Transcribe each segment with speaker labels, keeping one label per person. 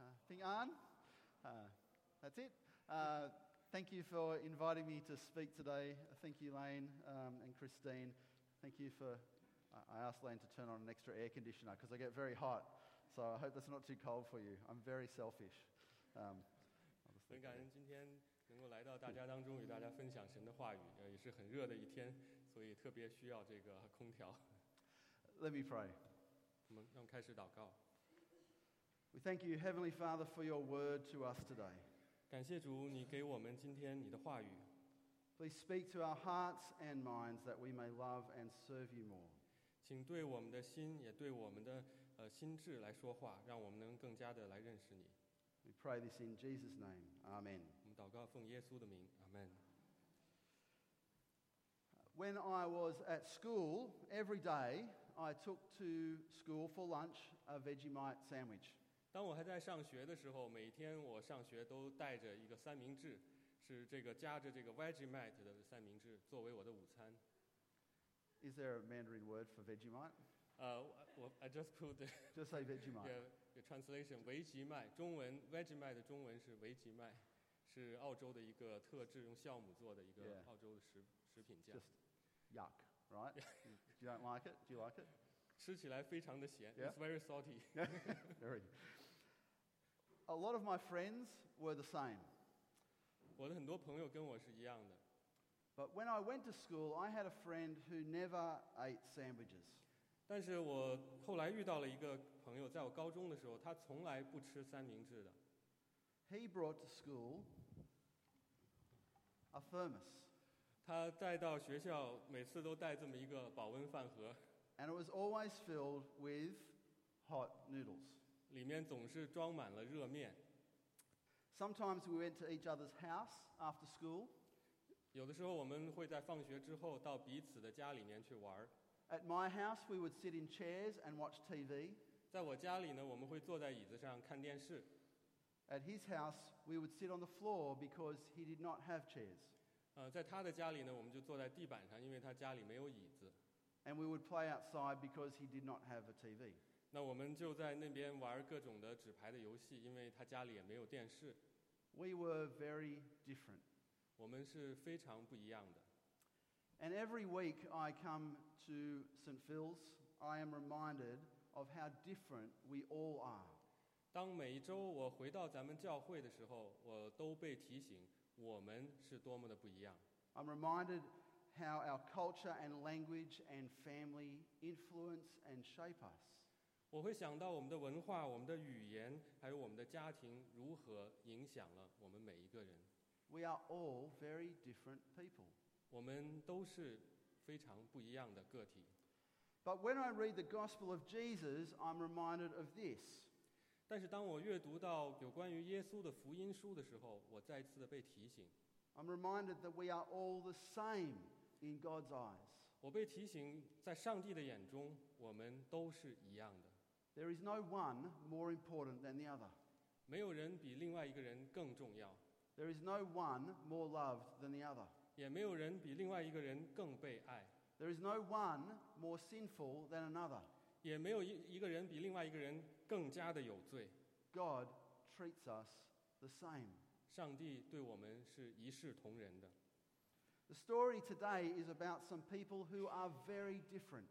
Speaker 1: morning, Anne. Uh, that's it. Uh, thank you for inviting me to speak today. Thank you, Lane um, and Christine. Thank you for. I- I asked Lane to turn on an extra air conditioner because I get very hot. So I hope that's not too cold for you. I'm very selfish. Um, I'll just
Speaker 2: 很
Speaker 1: leave it
Speaker 2: 感
Speaker 1: there.
Speaker 2: 恩今天能够来到大家当中，与大家分享神的话语，呃，也是很热的一天，所以特别需要这个空调。
Speaker 1: Let me pray.
Speaker 2: 我们让我们开始祷告，
Speaker 1: We thank you, Heavenly Father, for your word to us today.
Speaker 2: 感谢主，你给我们今天你的话语，
Speaker 1: Please speak to our hearts and minds that we may love and serve you more.
Speaker 2: 请对我们的心，也对我们的呃心智来说话，让我们能更加的来认识你。
Speaker 1: We pray this in Jesus' name. Amen.
Speaker 2: 我们祷告，奉耶稣的名，阿门。
Speaker 1: When I was at school, every day I took to school for lunch a Vegemite sandwich.
Speaker 2: 当我还在上学的时候，每天我上学都带着一个三明治，是这个夹着这个 Vegemite 的三明治作为我的午餐。
Speaker 1: Is there a Mandarin word for Vegemite?
Speaker 2: 呃，我我 I just put the-
Speaker 1: Just say Vegemite.
Speaker 2: Yeah, the translation 维吉麦，中文 Vegemite 的中文是维吉麦，是澳洲的一个特制用酵母做的一
Speaker 1: Yeah.
Speaker 2: 个澳洲的食食品酱
Speaker 1: Just yuck, right? you you don't like it? Do you like it?
Speaker 2: 吃起来非常的咸
Speaker 1: Yeah.
Speaker 2: i t s very salty。
Speaker 1: Very. A lot of my friends were the same.
Speaker 2: 我的很多朋友跟我是一样的，
Speaker 1: But when I went to school, I had a friend who never ate sandwiches.
Speaker 2: 但是我后来遇到了一个朋友，在我高中的时候，他从来不吃三明治的，
Speaker 1: He brought to school a thermos,
Speaker 2: 他带到学校每次都带这么一个保温饭盒，
Speaker 1: and it was always filled with hot noodles.
Speaker 2: 里面总是装满了热面。
Speaker 1: Sometimes we went to each other's house after school.
Speaker 2: 有的时候我们会在放学之后到彼此的家里面去玩儿。
Speaker 1: At my house, we would sit in chairs and watch TV.
Speaker 2: 在我家里呢，我们会坐在椅子上看电视；
Speaker 1: At his house, we would sit on the floor because he did not have chairs.
Speaker 2: 呃，在他的家里呢，我们就坐在地板上，因为他家里没有椅子。
Speaker 1: And we would play outside because he did not have a TV.
Speaker 2: 那我们就在那边玩各种的纸牌的游戏，因为他家里也没有电视。
Speaker 1: We were very different.
Speaker 2: 我们是非常不一样的。
Speaker 1: And every week I come to St. Phil's, I am reminded of how different we all are.
Speaker 2: 当每一周我回到咱们教会的时候，我都被提醒我们是多么的不一样。
Speaker 1: I'm reminded how our culture and language and family influence and shape us.
Speaker 2: 我会想到我们的文化、我们的语言，还有我们的家庭如何影响了我们每一个人。
Speaker 1: We are all very different people.
Speaker 2: 我们都是非常不一样的个体。
Speaker 1: But when I read the Gospel of Jesus, I'm reminded of this.
Speaker 2: 但是当我阅读到有关于耶稣的福音书的时候，我再次的被提醒，
Speaker 1: I'm reminded that we are all the same in God's eyes.
Speaker 2: 我被提醒，在上帝的眼中，我们都是一样的，
Speaker 1: There is no one more important than the other.
Speaker 2: 没有人比另外一个人更重要，
Speaker 1: There is no one more loved than the other.
Speaker 2: 也没有人比另外一个人更被爱，
Speaker 1: There is no one more sinful than another.
Speaker 2: 也没有一一个人比另外一个人更加的有罪。
Speaker 1: God treats us the same.
Speaker 2: 上帝对我们是一视同仁的。
Speaker 1: The story today is about some people who are very different.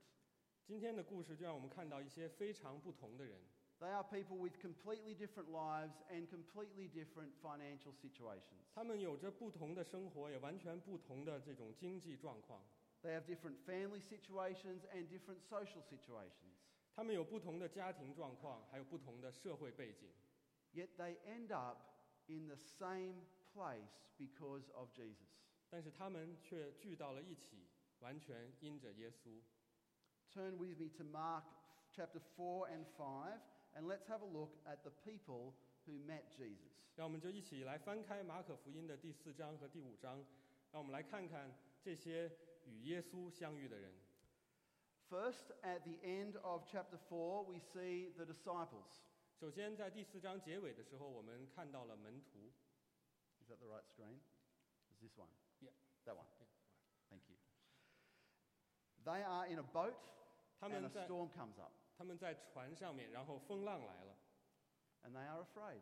Speaker 2: 今天的故事就让我们看到一些非常不同的人，
Speaker 1: They are people with completely different lives and completely different financial situations.
Speaker 2: 他们有着不同的生活，也完全不同的这种经济状况。
Speaker 1: They have different family situations and different social situations.
Speaker 2: 他们有不同的家庭状况，还有不同的社会背景，
Speaker 1: Yet they end up in the same place because of Jesus.
Speaker 2: 但是他们却聚到了一起，完全因着耶稣。
Speaker 1: Turn with me to Mark chapter 4 and 5, and let's have a look at the people who met Jesus.
Speaker 2: 让我们就一起来翻开马可福音的第四章和第五章，让我们来看看这些与耶稣相遇的人。
Speaker 1: First, at the end of chapter 4, we see the disciples.
Speaker 2: 首先，在第四章结尾的时候，我们看到了门徒。
Speaker 1: Is that the right screen? Is this one?
Speaker 2: Yeah.
Speaker 1: That one.
Speaker 2: Yeah.
Speaker 1: Thank you. They are in a boat,
Speaker 2: 他
Speaker 1: and
Speaker 2: 们
Speaker 1: a
Speaker 2: 在
Speaker 1: storm comes up,
Speaker 2: 他们在船上面，然后风浪来了，
Speaker 1: and they are afraid.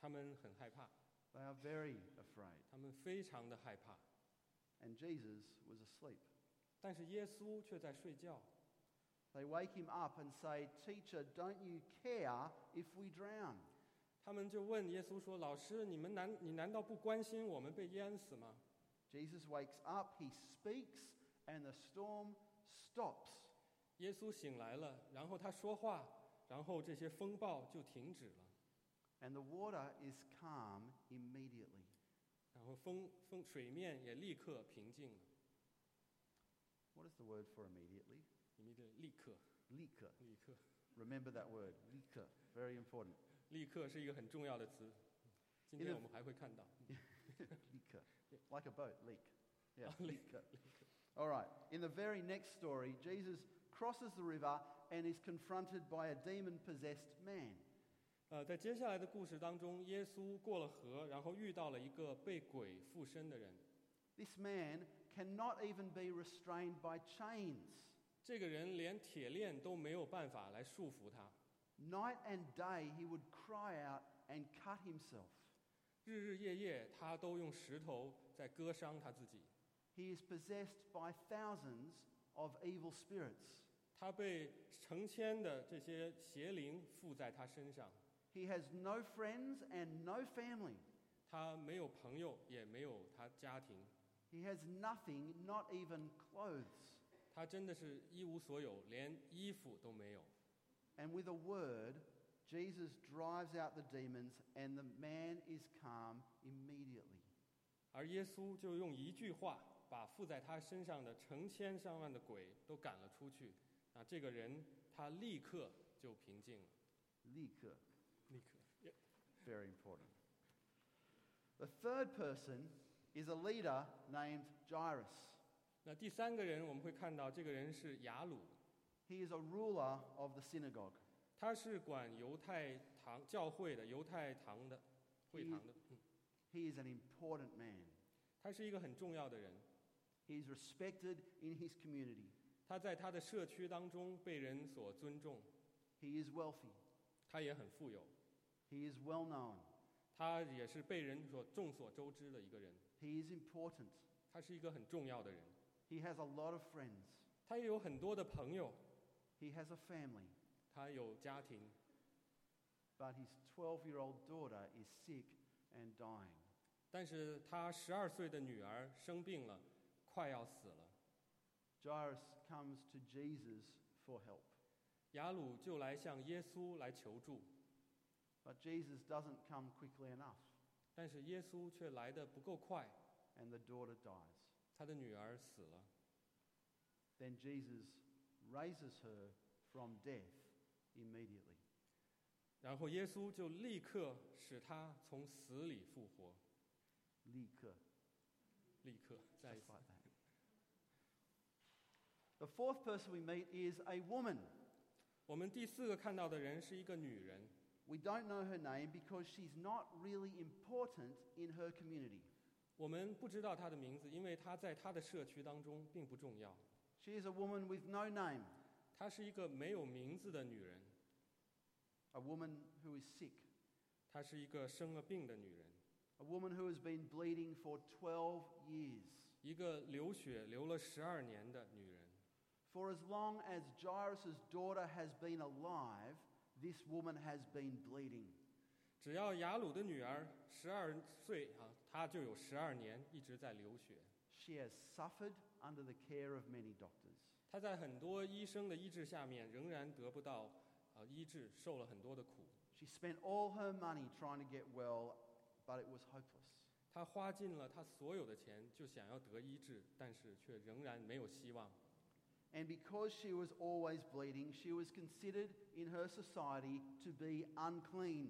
Speaker 2: 他们很害怕，
Speaker 1: They are very afraid.
Speaker 2: 他们非常的害怕。
Speaker 1: And Jesus was asleep.
Speaker 2: 但是耶稣却在睡觉，
Speaker 1: They wake him up and say, Teacher, don't you care if we drown?
Speaker 2: 他们就问耶稣说：“老师，你们难你难道不关心我们被淹死吗
Speaker 1: Jesus wakes up, he speaks, and the storm stops.？”
Speaker 2: 耶稣醒来了，然后他说话，然后这些风暴就停止了，
Speaker 1: And the water is calm immediately.
Speaker 2: 然后风风水面也立刻平静了，
Speaker 1: What is the word for immediately?
Speaker 2: 你们就立刻
Speaker 1: Lika.
Speaker 2: 立刻
Speaker 1: Remember that word, lika. Very important.
Speaker 2: 立刻是一个很重要的词，今
Speaker 1: In
Speaker 2: 天
Speaker 1: a-
Speaker 2: 我们还会看到。
Speaker 1: Lika. Like a boat, leak. Yeah,
Speaker 2: Oh, leak.
Speaker 1: lika. All right. In the very next story, Jesus crosses the river and is confronted by a demon possessed man.
Speaker 2: 呃，在接下来的故事当中，耶稣过了河，然后遇到了一个被鬼附身的人。
Speaker 1: This man cannot even be restrained by chains.
Speaker 2: 这个人连铁链都没有办法来束缚他，
Speaker 1: Night and day he would cry out and cut himself.
Speaker 2: 日日夜夜他都用石头在割伤他自己。
Speaker 1: He is possessed by thousands of evil spirits.
Speaker 2: 他被成千的这些邪灵附在他身上，
Speaker 1: He has no friends and no family.
Speaker 2: 他没有朋友，也没有他家庭，
Speaker 1: He has nothing, not even clothes.
Speaker 2: 他真的是一无所有，连衣服都没有。
Speaker 1: And with a word, Jesus drives out the demons and the man is calm immediately.
Speaker 2: 而耶稣就用一句话，把附在他身上的成千上万的鬼都赶了出去。啊，这个人他立刻就平静了，
Speaker 1: Lika,
Speaker 2: 立刻。
Speaker 1: very important. The third person is a leader named Jairus.
Speaker 2: 那第三个人，我们会看到这个人是雅鲁，
Speaker 1: He is a ruler of the synagogue.
Speaker 2: 他是管犹太堂教会的犹太堂的会堂的，嗯
Speaker 1: He is an important man.
Speaker 2: 他是一个很重要的人。
Speaker 1: He is respected in his community.
Speaker 2: 他在他的社区当中被人所尊重，
Speaker 1: He is wealthy.
Speaker 2: 他也很富有，
Speaker 1: He is well known.
Speaker 2: 他也是被人所众所周知的一个人。
Speaker 1: He is important.
Speaker 2: 他是一个很重要的人，
Speaker 1: He has a lot of friends.
Speaker 2: 他也有很多的朋友，
Speaker 1: He has a family.
Speaker 2: 他有家庭，
Speaker 1: But his 12 year old daughter is sick and dying.
Speaker 2: 但是他十二岁的女儿生病了，快要死了。
Speaker 1: Jairus comes to Jesus for help.
Speaker 2: 雅鲁就来向耶稣来求助，
Speaker 1: But Jesus doesn't come quickly enough,
Speaker 2: 但是耶稣却来得不够快，
Speaker 1: and the daughter dies.
Speaker 2: 他的女儿死了。
Speaker 1: Then Jesus raises her from death immediately.
Speaker 2: 然后耶稣就立刻使他从死里复活，
Speaker 1: Lika,
Speaker 2: 立刻
Speaker 1: just
Speaker 2: 再
Speaker 1: like that. The fourth person we meet is a woman.
Speaker 2: 我们第四个看到的人是一个女人，
Speaker 1: We don't know her name because she's not really important in her community.
Speaker 2: 我们不知道她的名字，因为她在她的社区当中并不重要。
Speaker 1: She is a woman with no name,
Speaker 2: 她是一个没有名字的女人，
Speaker 1: a woman who is sick,
Speaker 2: 她是一个生了病的女人，
Speaker 1: a woman who has been bleeding for 12 years.
Speaker 2: 一个流血流了十二年的女人。
Speaker 1: For as long as Jairus' daughter has been alive, this woman has been bleeding.
Speaker 2: 只要雅鲁的女儿十二岁啊，她就有十二年一直在流血。
Speaker 1: She has suffered under the care of many doctors.
Speaker 2: 她在很多医生的医治下面仍然得不到呃医治，受了很多的苦。
Speaker 1: She spent all her money trying to get well, but it was hopeless.
Speaker 2: 她花尽了她所有的钱，就想要得医治，但是却仍然没有希望。
Speaker 1: And because she was always bleeding, she was considered in her society to be unclean.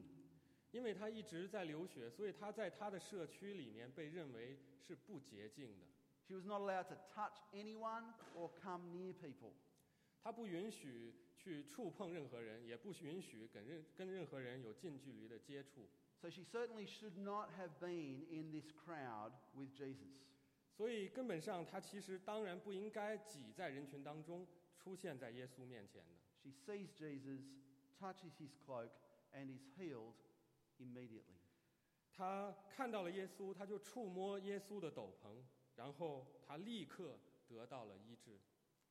Speaker 2: 因为他一直在流血，所以他在他的社区里面被认为是不洁净的。
Speaker 1: She was not allowed to touch anyone or come near people.
Speaker 2: 他不允许去触碰任何人，也不允许跟任跟任何人有近距离的接触。
Speaker 1: So she certainly should not have been in this crowd with Jesus.
Speaker 2: 所以根本上，他其实当然不应该挤在人群当中出现在耶稣面前的。
Speaker 1: She sees Jesus, touches his cloak, and is healed immediately.
Speaker 2: 他看到了耶稣，他就触摸耶稣的斗篷，然后他立刻得到了医治。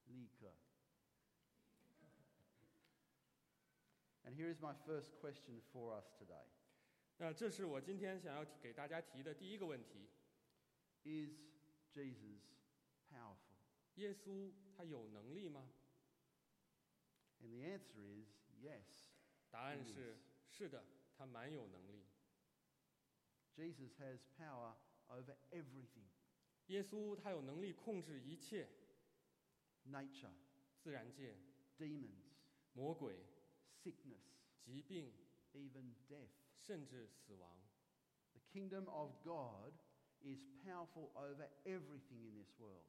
Speaker 1: Leaker. And here is my first question for us today
Speaker 2: 那这是我今天想要提给大家提的第一个问题：
Speaker 1: Is Jesus powerful?
Speaker 2: 耶稣他有能力吗？
Speaker 1: And the answer is yes.
Speaker 2: 答
Speaker 1: he
Speaker 2: 案
Speaker 1: is.
Speaker 2: 是是的，他蛮有能力。
Speaker 1: Jesus has power over everything
Speaker 2: 耶稣他有能力控制一切，
Speaker 1: nature,
Speaker 2: 自然界、
Speaker 1: demons,
Speaker 2: 魔鬼、
Speaker 1: sickness,
Speaker 2: 疾病，
Speaker 1: even death.
Speaker 2: 甚至死亡。
Speaker 1: The kingdom of God is powerful over everything in this world.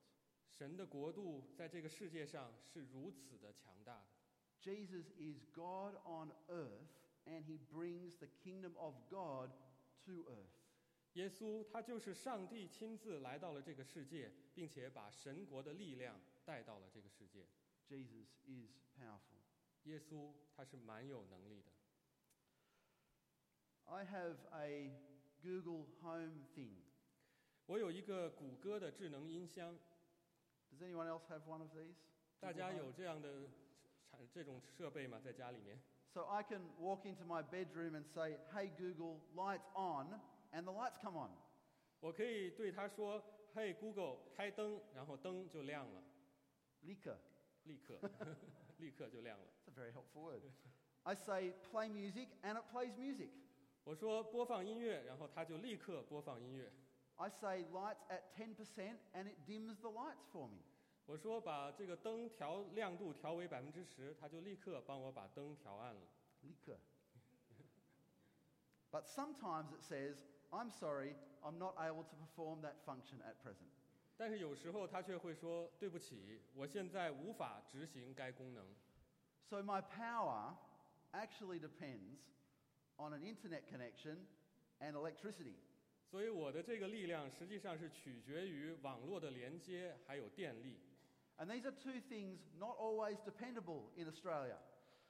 Speaker 2: 神的国度在这个世界上是如此的强大的。
Speaker 1: Jesus is God on earth, and he brings the kingdom of God to earth.
Speaker 2: 耶稣他就是上帝亲自来到了这个世界，并且把神国的力量带到了这个世界。
Speaker 1: Jesus is powerful.
Speaker 2: 耶稣他是蛮有能力的。
Speaker 1: I have a Google Home thing.
Speaker 2: 我有一个谷歌的智能音箱，
Speaker 1: Does anyone else have one of these?
Speaker 2: 大
Speaker 1: Google
Speaker 2: 家
Speaker 1: Home?
Speaker 2: 有这样的产这种设备吗？在家里面，
Speaker 1: So I can walk into my bedroom and say, Hey Google, lights on, and the lights come on.
Speaker 2: 我可以对他说：“嘿，Google，开灯。”然后灯就亮了，
Speaker 1: Lika.
Speaker 2: 立刻， 立刻就亮了。
Speaker 1: That's a very helpful word. I say, Play music, and it plays music.
Speaker 2: 我说播放音乐，然后他就立刻播放音乐。
Speaker 1: I say, Lights at 10%, and it dims the lights for me.
Speaker 2: 我说把这个灯调亮度调为百分之十，他就立刻帮我把灯调暗了。
Speaker 1: Lika. but sometimes it says, I'm sorry, I'm not able to perform that function at present.
Speaker 2: 但是有时候他却会说：“对不起，我现在无法执行该功能。
Speaker 1: So my power actually depends on an internet connection and electricity. ”
Speaker 2: 所以我的这个力量实际上是取决于网络的连接还有电力。
Speaker 1: And these are two things not always dependable in Australia.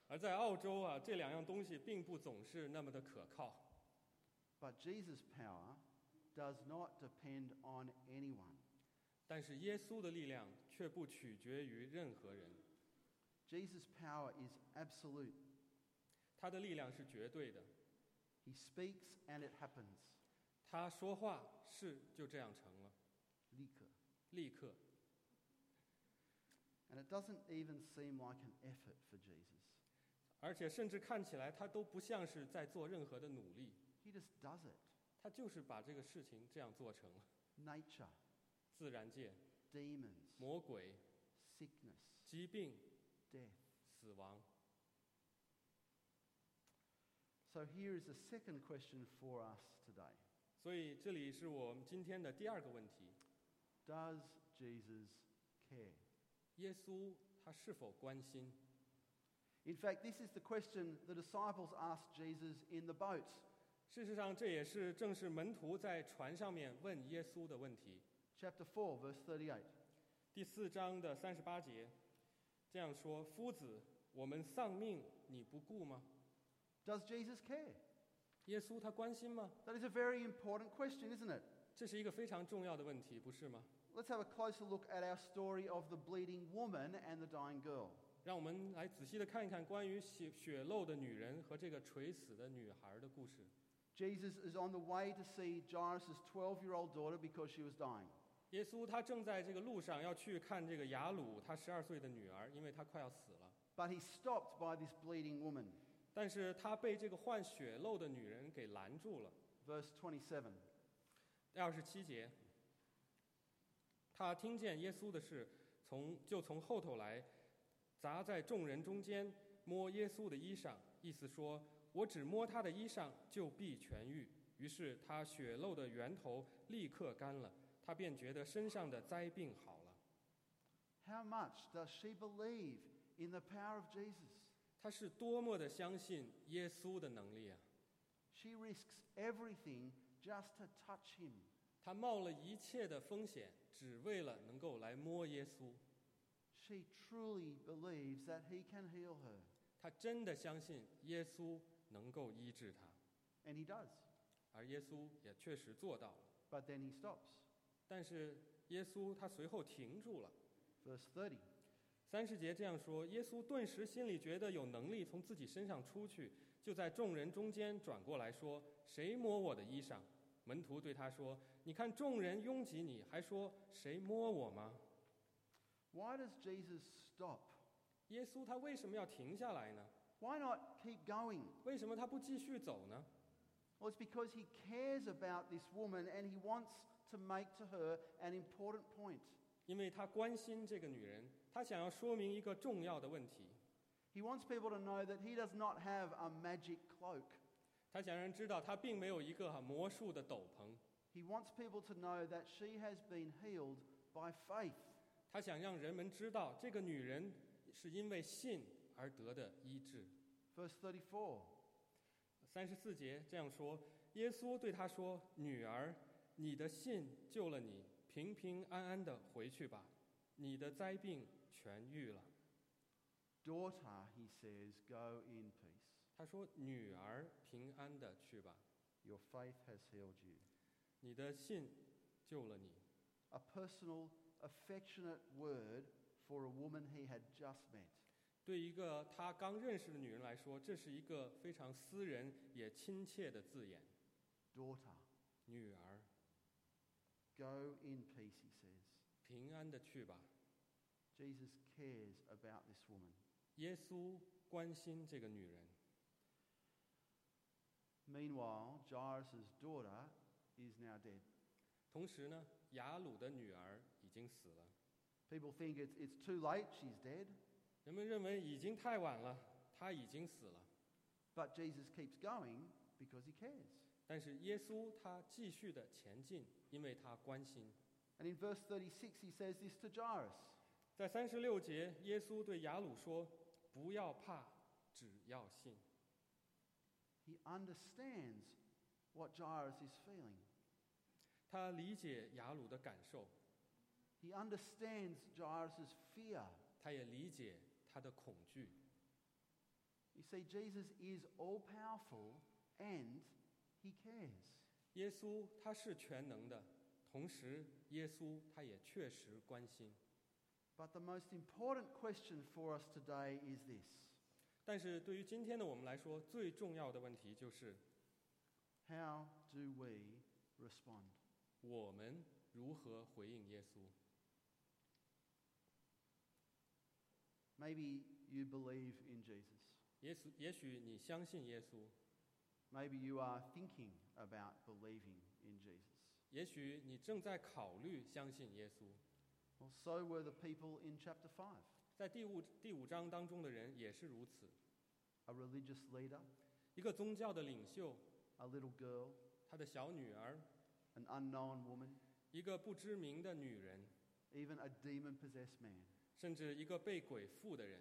Speaker 2: 而在澳洲啊，这两样东西并不总是那么的可靠。
Speaker 1: But Jesus' power does not depend on anyone.
Speaker 2: 但是耶稣的力量却不取决于任何人，
Speaker 1: Jesus' power is absolute.
Speaker 2: 他的力量是绝对的。
Speaker 1: He speaks and it happens.
Speaker 2: 他说话是就这样成了，
Speaker 1: Lika.
Speaker 2: 立刻。
Speaker 1: And it doesn't even seem like an effort for Jesus.
Speaker 2: 而且甚至看起来他都不像是在做任何的努力，
Speaker 1: He just does it.
Speaker 2: 他就是把这个事情这样做成了。
Speaker 1: Nature,
Speaker 2: 自然界、
Speaker 1: demons,
Speaker 2: 魔鬼、
Speaker 1: sickness,
Speaker 2: 疾病、
Speaker 1: death.
Speaker 2: 死亡。
Speaker 1: So here is a second question for us today.
Speaker 2: 所以这里是我们今天的第二个问题：
Speaker 1: Does Jesus care?
Speaker 2: 耶稣他是否关心？
Speaker 1: In fact, this is the question the disciples asked Jesus in the boat.
Speaker 2: 事实上，这也是正是门徒在船上面问耶稣的问题。
Speaker 1: Chapter 4, verse 38.
Speaker 2: 第四章的三十八节这样说：“夫子，我们丧命，你不顾吗
Speaker 1: Does Jesus care?？”
Speaker 2: 耶稣他关心吗？
Speaker 1: That is a very important question, isn't it?
Speaker 2: 这是一个非常重要的问题，不是吗？
Speaker 1: Let's have a closer look at our story of the bleeding woman and the dying girl.
Speaker 2: 让我们来仔细的看一看关于血血漏的女人和这个垂死的女孩的故事。
Speaker 1: Jesus is on the way to see Jairus' 12 year old daughter because she was dying.
Speaker 2: 耶稣他正在这个路上要去看这个雅鲁，他十二岁的女儿，因为她快要死了。
Speaker 1: But he's stopped by this bleeding woman.
Speaker 2: 但是他被这个患血漏的女人给拦住了。
Speaker 1: Verse 27.
Speaker 2: 第二十七节，他听见耶稣的事，从就从后头来，砸在众人中间，摸耶稣的衣裳，意思说我只摸他的衣裳，就必痊愈。于是他血漏的源头立刻干了，他便觉得身上的灾病好了。
Speaker 1: How much does she believe in the power of Jesus?
Speaker 2: 他是多么的相信耶稣的能力啊！
Speaker 1: She risks everything just to touch him.
Speaker 2: 他冒了一切的风险，只为了能够来摸耶稣。
Speaker 1: She truly believes that he can heal her,
Speaker 2: 他真的相信耶稣能够医治他，
Speaker 1: and he does.
Speaker 2: 而耶稣也确实做到了。
Speaker 1: But then he stops.
Speaker 2: 但是耶稣他随后停住了。
Speaker 1: Verse 30.
Speaker 2: 三十节这样说：耶稣顿时心里觉得有能力从自己身上出去，就在众人中间转过来说：“谁摸我的衣裳？”门徒对他说：“你看众人拥挤你，还说谁摸我吗
Speaker 1: Why does Jesus stop?？”
Speaker 2: 耶稣他为什么要停下来呢？
Speaker 1: Why not keep going?
Speaker 2: 为什么他不继续走呢？
Speaker 1: Well, it's because he cares about this woman and he wants to make to her an important point.
Speaker 2: 因为他关心这个女人，他想要说明一个重要的问题，
Speaker 1: He wants people to know that he does not have a magic cloak.
Speaker 2: 他想让人知道他并没有一个啊魔术的斗篷，
Speaker 1: He wants people to know that she has been healed by faith.
Speaker 2: 他想让人们知道这个女人是因为信而得的医治。
Speaker 1: Verse 34.
Speaker 2: 三十四节这样说：耶稣对他说：“女儿，你的信救了你，平平安安的回去吧，你的灾病痊愈了。
Speaker 1: Daughter, he says, go in peace. ”
Speaker 2: 他说：“女儿，平安的去吧，
Speaker 1: Your faith has healed you.
Speaker 2: 你的信救了你。
Speaker 1: A personal, affectionate word for a woman he had just met. ”
Speaker 2: 对一个他刚认识的女人来说，这是一个非常私人也亲切的字眼。
Speaker 1: Daughter,
Speaker 2: 女儿，
Speaker 1: go in peace, he says.
Speaker 2: 平安的去吧。
Speaker 1: Jesus cares about this woman.
Speaker 2: 耶稣关心这个女人。
Speaker 1: Meanwhile, Jairus' daughter is now dead.
Speaker 2: 同时呢，雅鲁的女儿已经死了。
Speaker 1: People think it's, it's too late, she's dead.
Speaker 2: 人们认为已经太晚了，他已经死了。
Speaker 1: But Jesus keeps going because he cares.
Speaker 2: 但是耶稣他继续的前进，因为他关心。
Speaker 1: And in verse 36, he says this to Jairus
Speaker 2: 在三十六节，耶稣对雅鲁说：“不要怕，只要信。
Speaker 1: He understands what Jairus is feeling, ”
Speaker 2: 他理解雅鲁的感受，
Speaker 1: he understands Jairus' fear.
Speaker 2: 他也理解他的恐惧。
Speaker 1: You see, Jesus is all powerful and he cares.
Speaker 2: 耶稣他是全能的，同时耶稣他也确实关心。
Speaker 1: But the most important question for us today is this
Speaker 2: 但是对于今天的我们来说，最重要的问题就是：
Speaker 1: How do we respond?
Speaker 2: 我们如何回应耶稣？
Speaker 1: Maybe you believe in Jesus.
Speaker 2: 也许，也许你相信耶稣，
Speaker 1: Maybe you are thinking about believing in Jesus.
Speaker 2: 也许你正在考虑相信耶稣。
Speaker 1: Well, so were the people in chapter 5.
Speaker 2: 在第五第五章当中的人也是如此。
Speaker 1: A religious leader,
Speaker 2: 一个宗教的领袖，
Speaker 1: a little girl,
Speaker 2: 他的小女儿，
Speaker 1: an unknown woman,
Speaker 2: 一个不知名的女人，
Speaker 1: even a demon possessed man.
Speaker 2: 甚至一个被鬼附的人，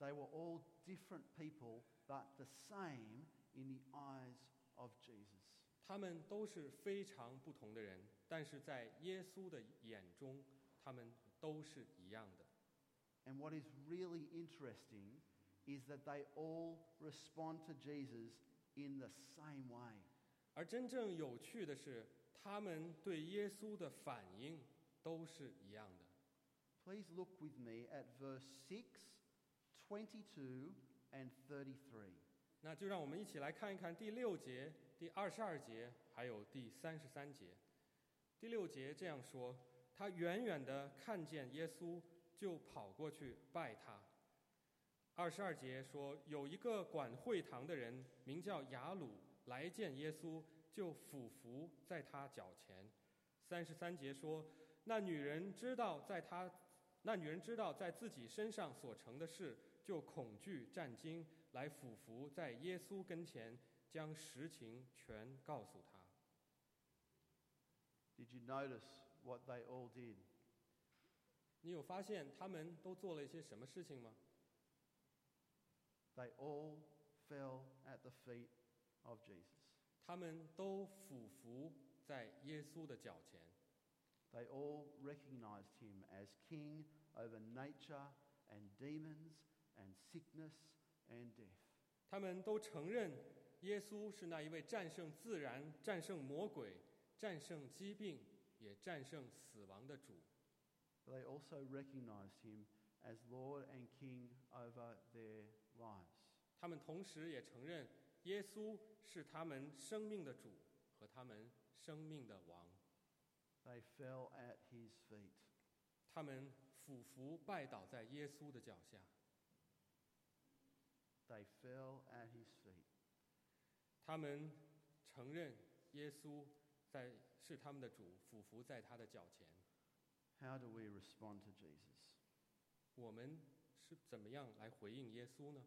Speaker 1: They were all different people, but the same in the eyes of Jesus.
Speaker 2: 他们都是非常不同的人，但是在耶稣的眼中，他们都是一样的。
Speaker 1: And what is really interesting is that they all respond to Jesus in the same way.
Speaker 2: 而真正有趣的是，他们对耶稣的反应都是一样的。
Speaker 1: Please look with me at verse 6, 22, and 33.
Speaker 2: 那就让我们一起来看一看第六节、第二十二节，还有第三十三节。第六节这样说：他远远的看见耶稣，就跑过去拜他。二十二节说，有一个管会堂的人，名叫雅鲁，来见耶稣，就俯伏在他脚前。三十三节说，那女人知道在他，那女人知道在自己身上所成的事，就恐惧战惊，来俯伏在耶稣跟前，将实情全告诉他。
Speaker 1: Did you notice what they all did?
Speaker 2: 你有发现他们都做了一些什么事情吗？
Speaker 1: They all fell at the feet of Jesus.
Speaker 2: 他们都俯伏在耶稣的脚前，
Speaker 1: They all recognized him as king over nature and demons and sickness and death.
Speaker 2: 他们都承认耶稣是那一位战胜自然、战胜魔鬼、战胜疾病，也战胜死亡的主。
Speaker 1: But they also recognized him as Lord and King over their lives.
Speaker 2: 他们同时也承认耶稣是他们生命的主和他们生命的王。
Speaker 1: They fell at his feet.
Speaker 2: 他们俯伏拜倒在耶稣的脚下，
Speaker 1: They fell at his feet.
Speaker 2: 他们承认耶稣在是他们的主，俯伏在他的脚前。
Speaker 1: How do we respond to Jesus?
Speaker 2: 我们是怎么样来回应耶稣呢？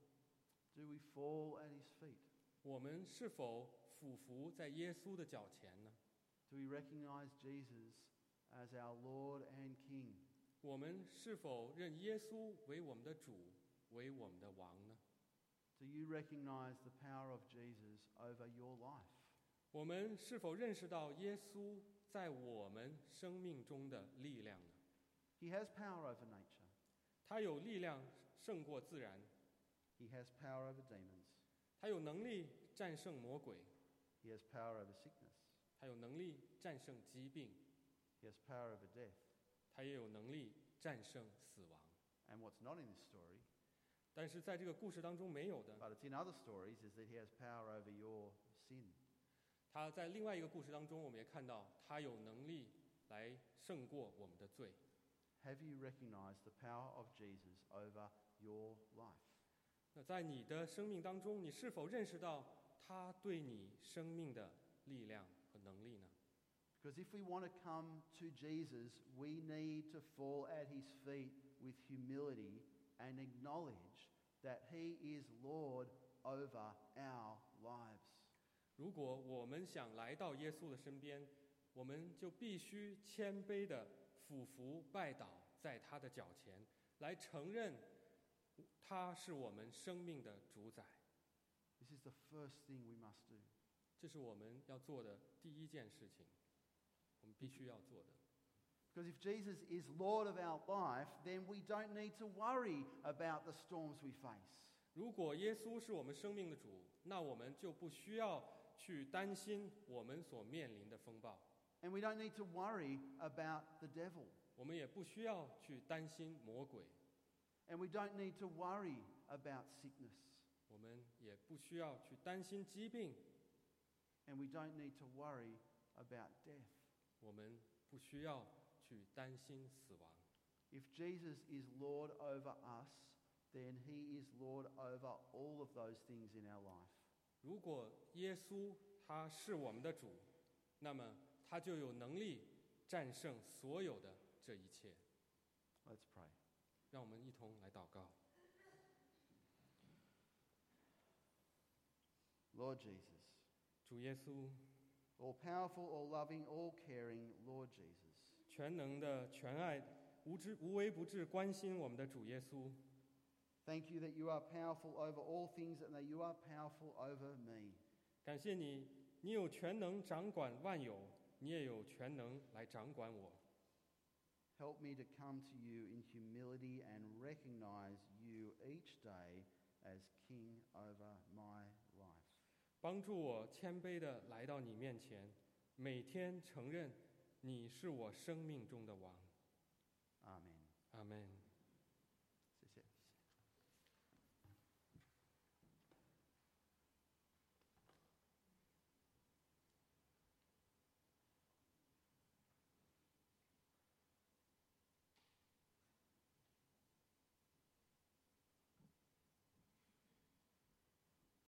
Speaker 1: Do we fall at his feet?
Speaker 2: 我们是否俯伏在耶稣的脚前呢？
Speaker 1: Do we recognize Jesus as our Lord and King?
Speaker 2: 我们是否认耶稣为我们的主，为我们的王呢？
Speaker 1: Do you recognize the power of Jesus over your life?
Speaker 2: 我们是否认识到耶稣在我们生命中的力量呢？
Speaker 1: He has power over nature,
Speaker 2: 他有力量胜过自然，
Speaker 1: he has power over demons,
Speaker 2: 他有能力战胜魔鬼，
Speaker 1: he has power over sickness,
Speaker 2: 他有能力战胜疾病，
Speaker 1: he has power over death.
Speaker 2: 他也有能力战胜死亡。
Speaker 1: And what's not in this story,
Speaker 2: 但是在这个故事当中没有的，
Speaker 1: but it's in other stories, is that he has power over your sin.
Speaker 2: 他在另外一个故事当中，我们也看到他有能力来胜过我们的罪。
Speaker 1: Have you recognized the power of Jesus over your life?
Speaker 2: 那在你的生命当中，你是否认识到他对你生命的力量和能力呢？
Speaker 1: Because if we want to come to Jesus, we need to fall at his feet with humility and acknowledge that he is Lord over our lives.
Speaker 2: 如果我们想来到耶稣的身边，我们就必须谦卑的俯伏拜倒在他的脚前，来承认他是我们生命的主宰。
Speaker 1: This is the first thing we must do.
Speaker 2: 这是我们要做的第一件事情，我们必须要做的。
Speaker 1: Because if Jesus is Lord of our life, then we don't need to worry about the storms we face.
Speaker 2: 如果耶稣是我们生命的主，那我们就不需要去担心我们所面临的风暴，
Speaker 1: And we don't need to worry about the devil.
Speaker 2: 我们也不需要去担心魔鬼，
Speaker 1: And we don't need to worry about sickness.
Speaker 2: 我们也不需要去担心疾病，
Speaker 1: And we don't need to worry about death.
Speaker 2: 我们不需要去担心死亡。
Speaker 1: If Jesus is Lord over us, then he is Lord over all of those things in our life.
Speaker 2: 如果耶稣他是我们的主，那么他就有能力战胜所有的这一切。
Speaker 1: Let's pray.
Speaker 2: 让我们一同来祷告，
Speaker 1: Lord Jesus,
Speaker 2: 主耶稣，
Speaker 1: all powerful, all loving, all caring, Lord Jesus,
Speaker 2: 全能的、全爱、无知、无微不至关心我们的主耶稣。
Speaker 1: thank you that you are powerful over all things and that you are powerful over me.
Speaker 2: 感谢你，你有全能掌管万有，你也有全能来掌管我。
Speaker 1: Help me to come to you in humility and recognize you each day as King over my life.
Speaker 2: 帮助我谦卑地来到你面前，每天承认你是我生命中的王。
Speaker 1: Amen.
Speaker 2: 阿门。